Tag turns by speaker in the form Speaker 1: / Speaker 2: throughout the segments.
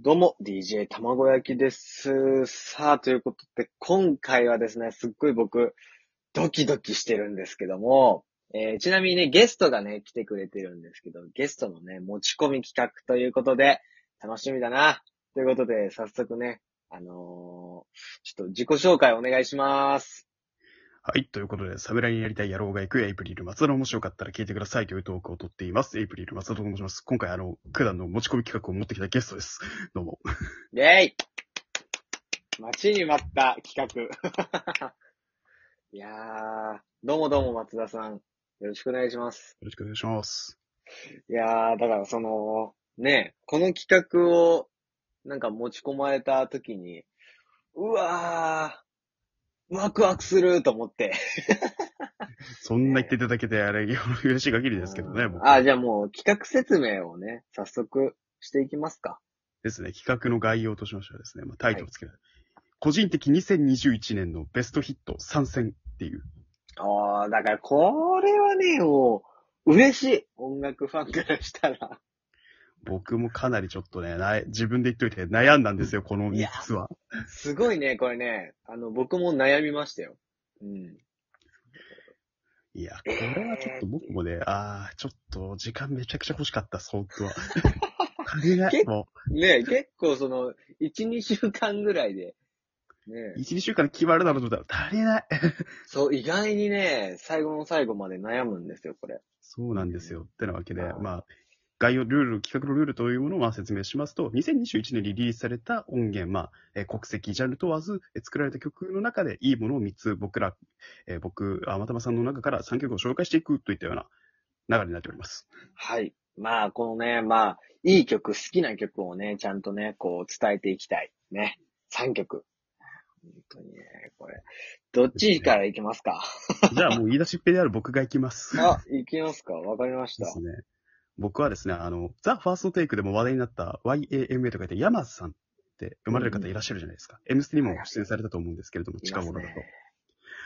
Speaker 1: どうも、DJ 卵焼きです。さあ、ということで、今回はですね、すっごい僕、ドキドキしてるんですけども、えーちなみにね、ゲストがね、来てくれてるんですけど、ゲストのね、持ち込み企画ということで、楽しみだな。ということで、早速ね、あのーちょっと自己紹介お願いします。
Speaker 2: はい。ということで、サブライにやりたい野郎が行くエイプリル松田の面白かったら聞いてくださいというトークをとっています。エイプリル松田と申します。今回、あの、九段の持ち込み企画を持ってきたゲストです。 どうも。
Speaker 1: イェイ待ちに待った企画。 いやー、どうもどうも松田さん。よろしくお願いします。
Speaker 2: よろしくお願いします。
Speaker 1: いやー、だからその、ね、この企画を、なんか持ち込まれた時に、うわー、ワクワクすると思って。
Speaker 2: そんな言っていただけて、あれ、嬉しい限りですけどね、僕
Speaker 1: あー、じゃあもう企画説明をね、早速していきますか。
Speaker 2: ですね、企画の概要としましてはですね、まあ、タイトルをつける、個人的2021年のベストヒット参戦っていう。
Speaker 1: あー、だからこれはね、もう、嬉しい。音楽ファンからしたら。
Speaker 2: 僕もかなりちょっとね、な自分で言っといて悩んだんですよ、この3つは。
Speaker 1: すごいね、これね。あの、僕も悩みましたよ。うん。
Speaker 2: いや、これはちょっと僕もね、ああ、ちょっと時間めちゃくちゃ欲しかった、本 当は。金が、も
Speaker 1: ね結構その、1、2週間ぐらいで。ね
Speaker 2: う、1、2週間で決まるだろうと思ったら足りない。
Speaker 1: そう、意外にね、最後の最後まで悩むんですよ、これ。
Speaker 2: そうなんですよ。ってなわけで、
Speaker 1: あー
Speaker 2: まあ、概要、ルール、企画のルールというものをまあ説明しますと、2021年にリリースされた音源、まあ、えー国籍、ジャンル問わず、えー作られた曲の中でいいものを3つ、僕ら、えー僕、あまたまさんの中から3曲を紹介していくといったような流れになっております。
Speaker 1: はい。まあ、このね、まあ、いい曲、好きな曲をね、ちゃんとね、こう、伝えていきたい。ね。3曲。本当にね、これ。どっちからいきますか
Speaker 2: じゃあもう言い出しっぺである僕が行きます。
Speaker 1: あ、いきますかわかりまし
Speaker 2: で
Speaker 1: た。
Speaker 2: すね。僕はですね、あの、ザ・ファーストテイクでも話題になった YAMA と書いて山さんって読まれる方いらっしゃるじゃないですか。M ステにも出演されたと思うんですけれども、近頃だと。
Speaker 1: いますね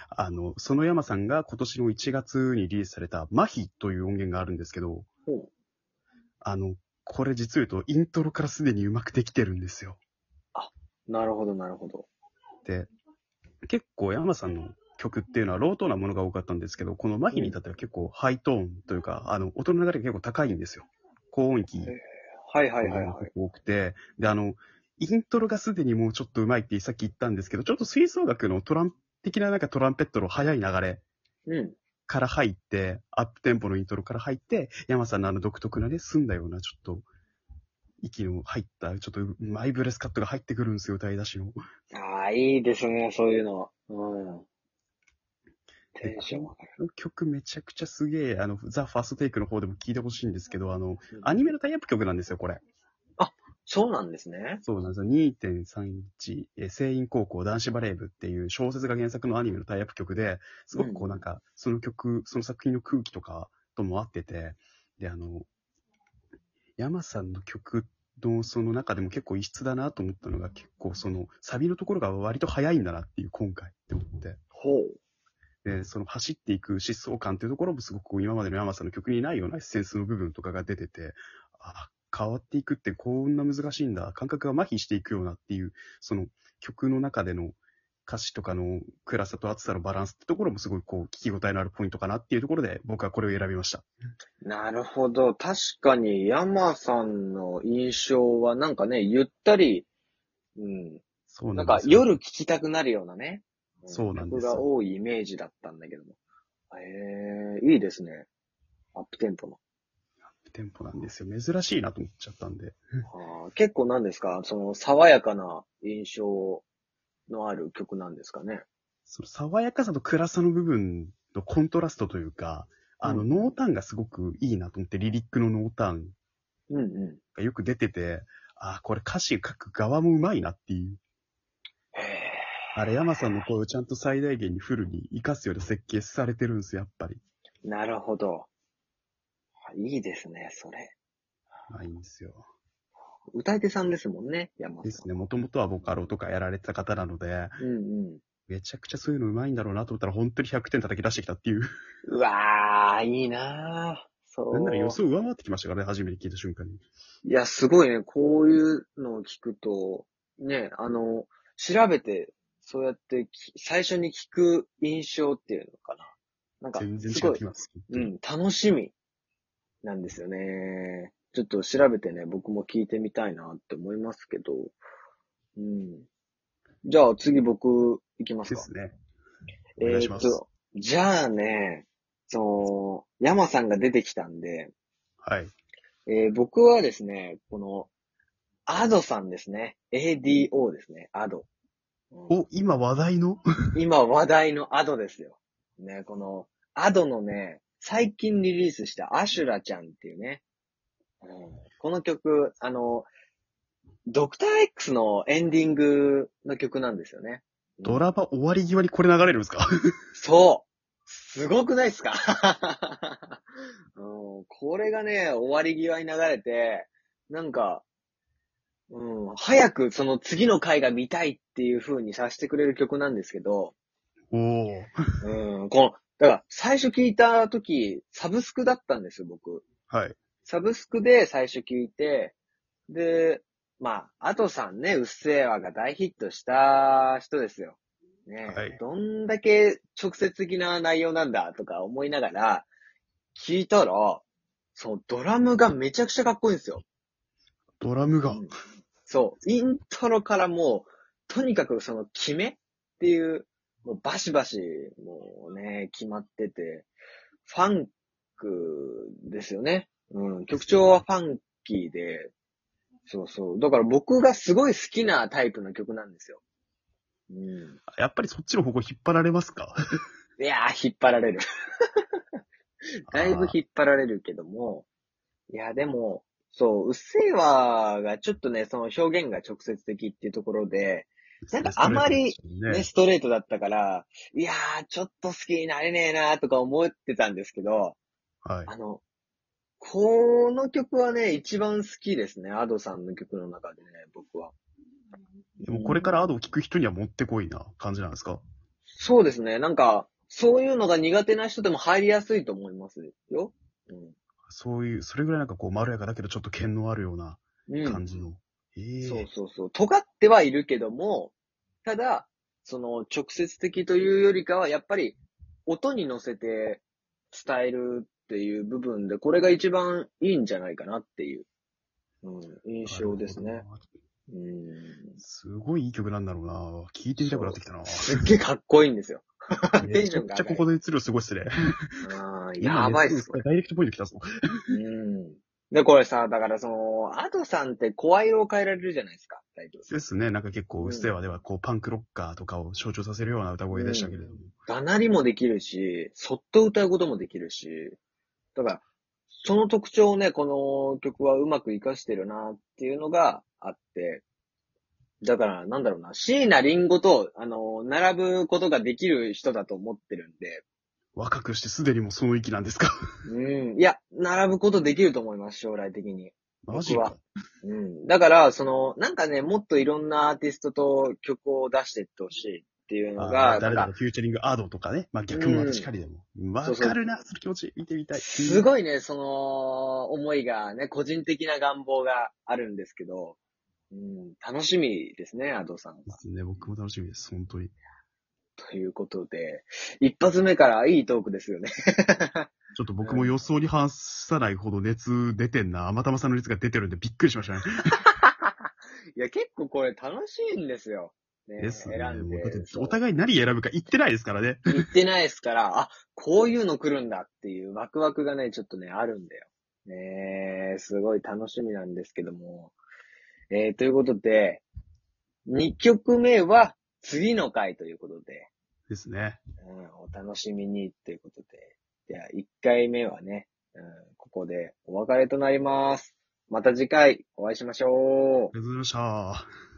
Speaker 2: あの、その山さんが今年の1月にリリースされたマヒという音源があるんですけど、
Speaker 1: ほう
Speaker 2: あの、これ実を言うとイントロからすでにうまくできてるんですよ。
Speaker 1: なるほど、なるほど。
Speaker 2: で、結構山さんの曲っていうのはロートなものが多かったんですけど、このマヒに至っては結構ハイトーンというか、あの、音の流れが結構高いんですよ。高音域。
Speaker 1: はいはい
Speaker 2: は
Speaker 1: はいい
Speaker 2: は
Speaker 1: はい
Speaker 2: い。多くて、で、あの、イントロがすでにもうちょっと上手いってさっき言ったんですけど、ちょっと吹奏楽のトラン、的ななんかトランペットの速い流れ
Speaker 1: うん。
Speaker 2: から入って、アップテンポのイントロから入って、山さんのあの独特なね、澄んだようなちょっと、息の入った、ちょっとマイブレスカットが入ってくるんですよ、歌い出しの。
Speaker 1: ああ、いいですね、そういうの。うん。テンション上がる。
Speaker 2: 曲めちゃくちゃすげえ、あの、ザ・ファーストテイクの方でも聞いてほしいんですけど、あの、
Speaker 1: うん
Speaker 2: アニメのタイアップ曲なんですよ、これ。
Speaker 1: そうなんですね。
Speaker 2: そうなんですよ。2.31、えー、聖院高校男子バレー部っていう小説が原作のアニメのタイアップ曲で、すごくこ
Speaker 1: う
Speaker 2: うんなんか、その曲、その作品の空気とかとも合ってて、で、あの、山さんの曲のその中でも結構異質だなと思ったのが、結構その、サビのところが割と早いんだなっていう今回って思って。
Speaker 1: ほう。
Speaker 2: で、その走っていく疾走感というところもすごくこう今までの山さんの曲にないようなエッセンスの部分とかが出てて、あ、変わっていくってこんな難しいんだ、感覚が麻痺していくようなっていう、その曲の中での歌詞とかの暗さと厚さのバランスってところもすごいこう聞き応えのあるポイントかなっていうところで僕はこれを選びました。
Speaker 1: なるほど。確かに、山さんの印象は、なんかね、ゆったり、うん。
Speaker 2: そう
Speaker 1: な
Speaker 2: なんん
Speaker 1: か
Speaker 2: で、すよ。
Speaker 1: 夜聴きたくなるようなね。
Speaker 2: そうなんですよ
Speaker 1: 曲が多いイメージだったんだけども。へえー、いいですね。アップテンポの。
Speaker 2: テンポなんですよ。珍しいなと思っちゃったんで。
Speaker 1: あー結構なんですかその、爽やかな印象のある曲なんですかね。
Speaker 2: その爽やかさと暗さの部分のコントラストというか、あの、
Speaker 1: うん
Speaker 2: 濃淡がすごくいいなと思って、リリックの濃淡
Speaker 1: うんうん。
Speaker 2: がよく出てて、ああ、これ歌詞書く側もうまいなっていう。
Speaker 1: へえ。
Speaker 2: あれ、山さんの声をちゃんと最大限にフルに活かすような設計されてるんですよ、やっぱり。
Speaker 1: なるほど。あいいですね、それ。
Speaker 2: あいいんですよ。
Speaker 1: 歌い手さんですもんね、山
Speaker 2: で
Speaker 1: 田さ
Speaker 2: すね、もともとはボカロとかやられてた方なので、
Speaker 1: ん。うんうん。
Speaker 2: めちゃくちゃそういうのうまいんだろうなと思ったら、本当に100点叩き出してきたっていう。
Speaker 1: うわー、いいなー。そう。
Speaker 2: なんなら予想上回ってきましたからね、初めて聞いた瞬間に。
Speaker 1: いや、すごいね。こういうのを聞くと、ね、あの、調べて、そうやってき最初に聞く印象っていうのかな。なんか、
Speaker 2: 全然
Speaker 1: す
Speaker 2: 違
Speaker 1: ご
Speaker 2: っ
Speaker 1: い
Speaker 2: てき、ます。
Speaker 1: うん、楽しみなんですよね。ちょっと調べてね、僕も聞いてみたいなって思いますけど。うん。じゃあ次僕行きます
Speaker 2: で
Speaker 1: か。
Speaker 2: すね。
Speaker 1: え
Speaker 2: お願いし
Speaker 1: ーっ
Speaker 2: ます。
Speaker 1: と、じゃあね、その、山さんが出てきたんで、
Speaker 2: はい。
Speaker 1: えー僕はですね、この、アドさんですね。ADO ですね、アド。うん
Speaker 2: お、今話題の
Speaker 1: 今話題のアドですよ。ね、この、アドのね、最近リリースしたアシュラちゃんっていうね、うんこの曲、あの、ドクター X のエンディングの曲なんですよね。うん
Speaker 2: ドラマ終わり際にこれ流れるんですか
Speaker 1: そうすごくないですか、 うん、これがね、終わり際に流れて、なんか、うん、早くその次の回が見たいっていう風にさせてくれる曲なんですけど、
Speaker 2: おー。
Speaker 1: うん、この、だから最初聞いた時、サブスクだったんですよ、僕。
Speaker 2: はい。
Speaker 1: サブスクで最初聞いて、で、まあ、アトさんね、うっせぇわが大ヒットした人ですよ。ね、
Speaker 2: はい
Speaker 1: どんだけ直接的な内容なんだとか思いながら、聞いたら、そのドラムがめちゃくちゃかっこいいんですよ。
Speaker 2: ドラムが。
Speaker 1: うんそう、イントロからもう、とにかくその決めっていう、もうバシバシ、もうね、決まってて、ファンクですよね。うん、曲調はファンキーで、そうそう。だから僕がすごい好きなタイプの曲なんですよ。うん。
Speaker 2: やっぱりそっちの方向引っ張られますか
Speaker 1: いやー、引っ張られる。だいぶ引っ張られるけども、いや、でも、そう、うっせぇわがちょっとね、その表現が直接的っていうところで、なんかあまり、ね、
Speaker 2: ね、
Speaker 1: ストレートだったから、いやー、ちょっと好きになれねえなーとか思ってたんですけど、
Speaker 2: はい。
Speaker 1: あの、この曲はね、一番好きですね。アドさんの曲の中でね、僕は。
Speaker 2: でもこれからアドを聞く人にはもってこいな感じなんですか
Speaker 1: そうですね。なんか、そういうのが苦手な人でも入りやすいと思いますよ。う。
Speaker 2: そういう、それぐらいなんかこう、まろやかだけどちょっと剣のあるようなん
Speaker 1: うん。
Speaker 2: 感じの。ええ
Speaker 1: そうそうそう。尖ってはいるけども、ただ、その、直接的というよりかは、やっぱり、音に乗せて伝えるっていう部分で、これが一番いいんじゃないかなっていう、うん、印象です
Speaker 2: な
Speaker 1: ね
Speaker 2: る。ほど。
Speaker 1: うん。
Speaker 2: すごいいい曲なんだろうな聞いてみたくなってきたな
Speaker 1: すっげえかっこいいんですよ。テンションが
Speaker 2: めち
Speaker 1: 上
Speaker 2: ゃくちゃこ
Speaker 1: が
Speaker 2: こ
Speaker 1: る。
Speaker 2: で熱量すごいっすね。
Speaker 1: うんやばいっす、これ。
Speaker 2: ダイレクトポイント来たぞ。
Speaker 1: うん。で、これさ、だからその、アドさんって声色を変えられるじゃないですか、大丈夫
Speaker 2: ですね。なんか結構、
Speaker 1: うん
Speaker 2: うっせぇわでは、こう、パンクロッカーとかを象徴させるような歌声でしたけれども。
Speaker 1: がなりもできるし、そっと歌うこともできるし、だから、その特徴をね、この曲はうまく活かしてるなっていうのがあって、だから、なんだろうな、椎名林檎と、あの、並ぶことができる人だと思ってるんで、
Speaker 2: 若くしてすでにもうその域なんですか
Speaker 1: うん、いや、並ぶことできると思います、将来的に。
Speaker 2: マジ
Speaker 1: 僕
Speaker 2: か
Speaker 1: は。うん。だから、その、なんかね、もっといろんなアーティストと曲を出していってほしいっていうの
Speaker 2: あ
Speaker 1: が、
Speaker 2: ー
Speaker 1: な
Speaker 2: 誰
Speaker 1: ん
Speaker 2: だ
Speaker 1: か
Speaker 2: ろ、フューチャリングアードとかね。まあ逆もしかりでも。わ、
Speaker 1: そうそう
Speaker 2: かるな、その気持ち。見てみたい。
Speaker 1: す
Speaker 2: い。
Speaker 1: ごいね、その、思いがね、個人的な願望があるんですけど、うん、楽しみですね、アドさん
Speaker 2: で
Speaker 1: は。
Speaker 2: すね。僕も楽しみです。本当に。
Speaker 1: ということで、一発目からいいトークですよね。
Speaker 2: ちょっと僕も予想に反さないほど熱出てんな。またまさんの熱が出てるんでびっくりしましたね。
Speaker 1: いや、結構これ楽しいんですよ。ね、
Speaker 2: ですね。
Speaker 1: 選ん
Speaker 2: もうだっ
Speaker 1: で
Speaker 2: て。お互い何選ぶか言ってないですからね。
Speaker 1: そう言ってないですから、あ、こういうの来るんだっていうワクワクがね、ちょっとね、あるんだよ。ねえすごい楽しみなんですけども。えー、ということで、2曲目は次の回ということで、
Speaker 2: ですね。
Speaker 1: うん、お楽しみにということで。じゃあ、1回目はね、うん、ここでお別れとなります。また次回お会いしましょう
Speaker 2: あ。りがとうございました。